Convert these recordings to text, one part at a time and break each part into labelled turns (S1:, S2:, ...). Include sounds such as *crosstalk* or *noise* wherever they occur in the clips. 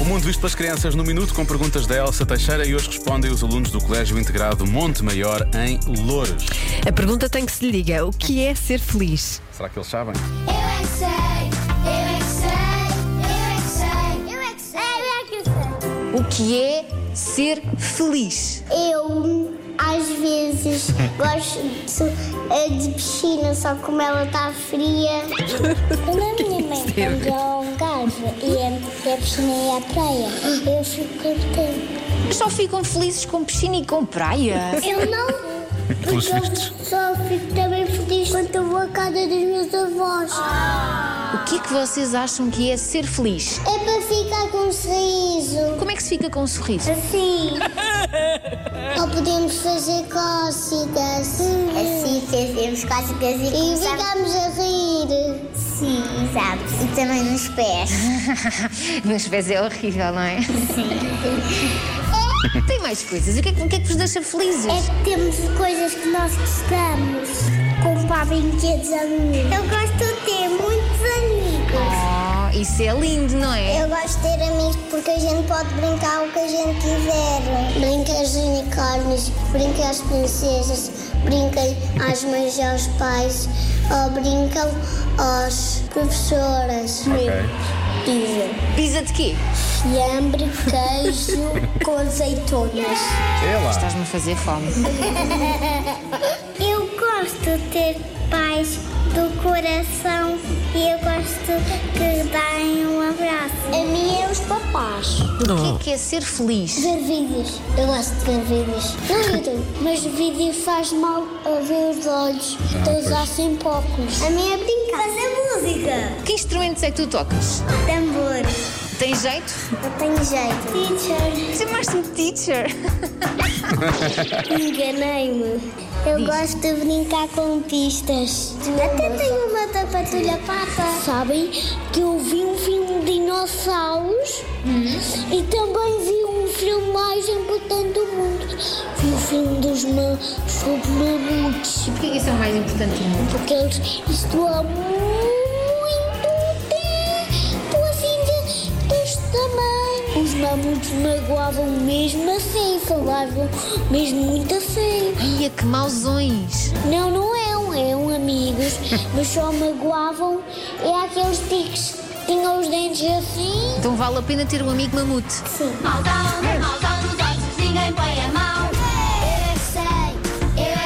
S1: O mundo visto pelas crianças no minuto com perguntas da Elsa Teixeira e hoje respondem os alunos do Colégio Integrado Monte Maior em Loures.
S2: A pergunta tem que se lhe liga: o que é ser feliz?
S1: Será que eles sabem?
S3: Eu é que sei, eu é que sei, eu é que sei, eu é que sei, eu
S4: O que é ser feliz?
S3: Eu às
S1: *laughs*
S3: vezes gosto eh, de, piscina, só como ela está
S1: *laughs*
S3: fria. Quando a minha mãe
S2: tem
S3: vai ao Algarve e a piscina e a praia, eu fico contente.
S4: Mas só ficam felizes com piscina e com praia. *laughs*
S3: Eu não.
S1: *laughs* Pelos
S3: eu
S1: vistos.
S3: só fico também feliz quando eu vou à casa dos meus avós.
S4: O que é que vocês acham que é ser feliz?
S3: É para ficar com um sorriso.
S4: Como é que se fica com um *laughs* sorriso?
S3: *laughs* Assim. Ou podemos fazer cócegas. Assim fazemos cócegas e ficamos a rir. Sim, exato. E também nos pés.
S4: Meus pés é horrível, não é? Sim. *laughs* Tem mais coisas. O que é que, o que, é que vos deixa felizes?
S3: É que temos coisas que nós gostamos. Comprar brinquedos amigos. Eu gosto de ter muitos amigos.
S4: Oh, isso é lindo, não é?
S3: Eu gosto de ter amigos porque a gente pode brincar o que a gente quiser. Brinca aos unicórnios, brinca às princesas, brinca às mães e aos pais, ou brincam às professoras. Pizza.
S4: Pisa de quê?
S3: Fiambre, queijo com azeitonas.
S1: É lá.
S4: Estás-me a fazer fome.
S3: Eu gosto de ter pais do coração e eu gosto que deem um abraço. A mim é os papás.
S4: O que é que é ser feliz?
S3: Ver vídeos. Eu gosto de ver vídeos. No YouTube. Mas vídeo faz mal a ver os olhos. Estou a usar sempre óculos. A minha é brincar. Fazer música.
S4: Que instrumentos é que tu tocas?
S3: Tambor.
S4: Tem jeito?
S3: Eu tenho jeito. Teacher.
S4: Chamaste-me um teacher.
S3: Enganei-me. Eu gosto de brincar com pistas. Até tenho uma tapatulha pata. Sabem que eu vi um filme de dinossauros e também vi um filme mais importante do mundo. Vi o filme dos meus
S4: O que é que *laughs* isso é o mais importante do mundo?
S3: porque eles estão há muito tempo assim de- deste tamanho. Os mamutos magoavam mesmo assim, falavam mesmo muito a sério.
S4: Ia, é que mauzões.
S3: Não, não é um, é um amigos, mas só magoavam. É aqueles ticos que tinham os dentes assim.
S4: Então vale a pena ter um amigo mamute.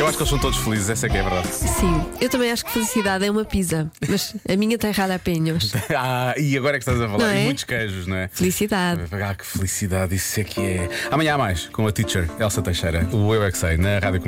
S1: Eu acho que eles são todos felizes, essa é que é a verdade. *laughs*
S2: Sim, eu também acho que felicidade é uma pizza, mas a minha tem ralapinhos.
S1: Ah, e agora é que estás a
S2: Não
S1: falar?
S2: é?
S1: E muitos queijos, não é?
S2: Felicidade.
S1: Ah, que felicidade, isso é que é. Amanhã há mais com a teacher Elsa Teixeira, o Eu é que sei, na Rádio Comercial.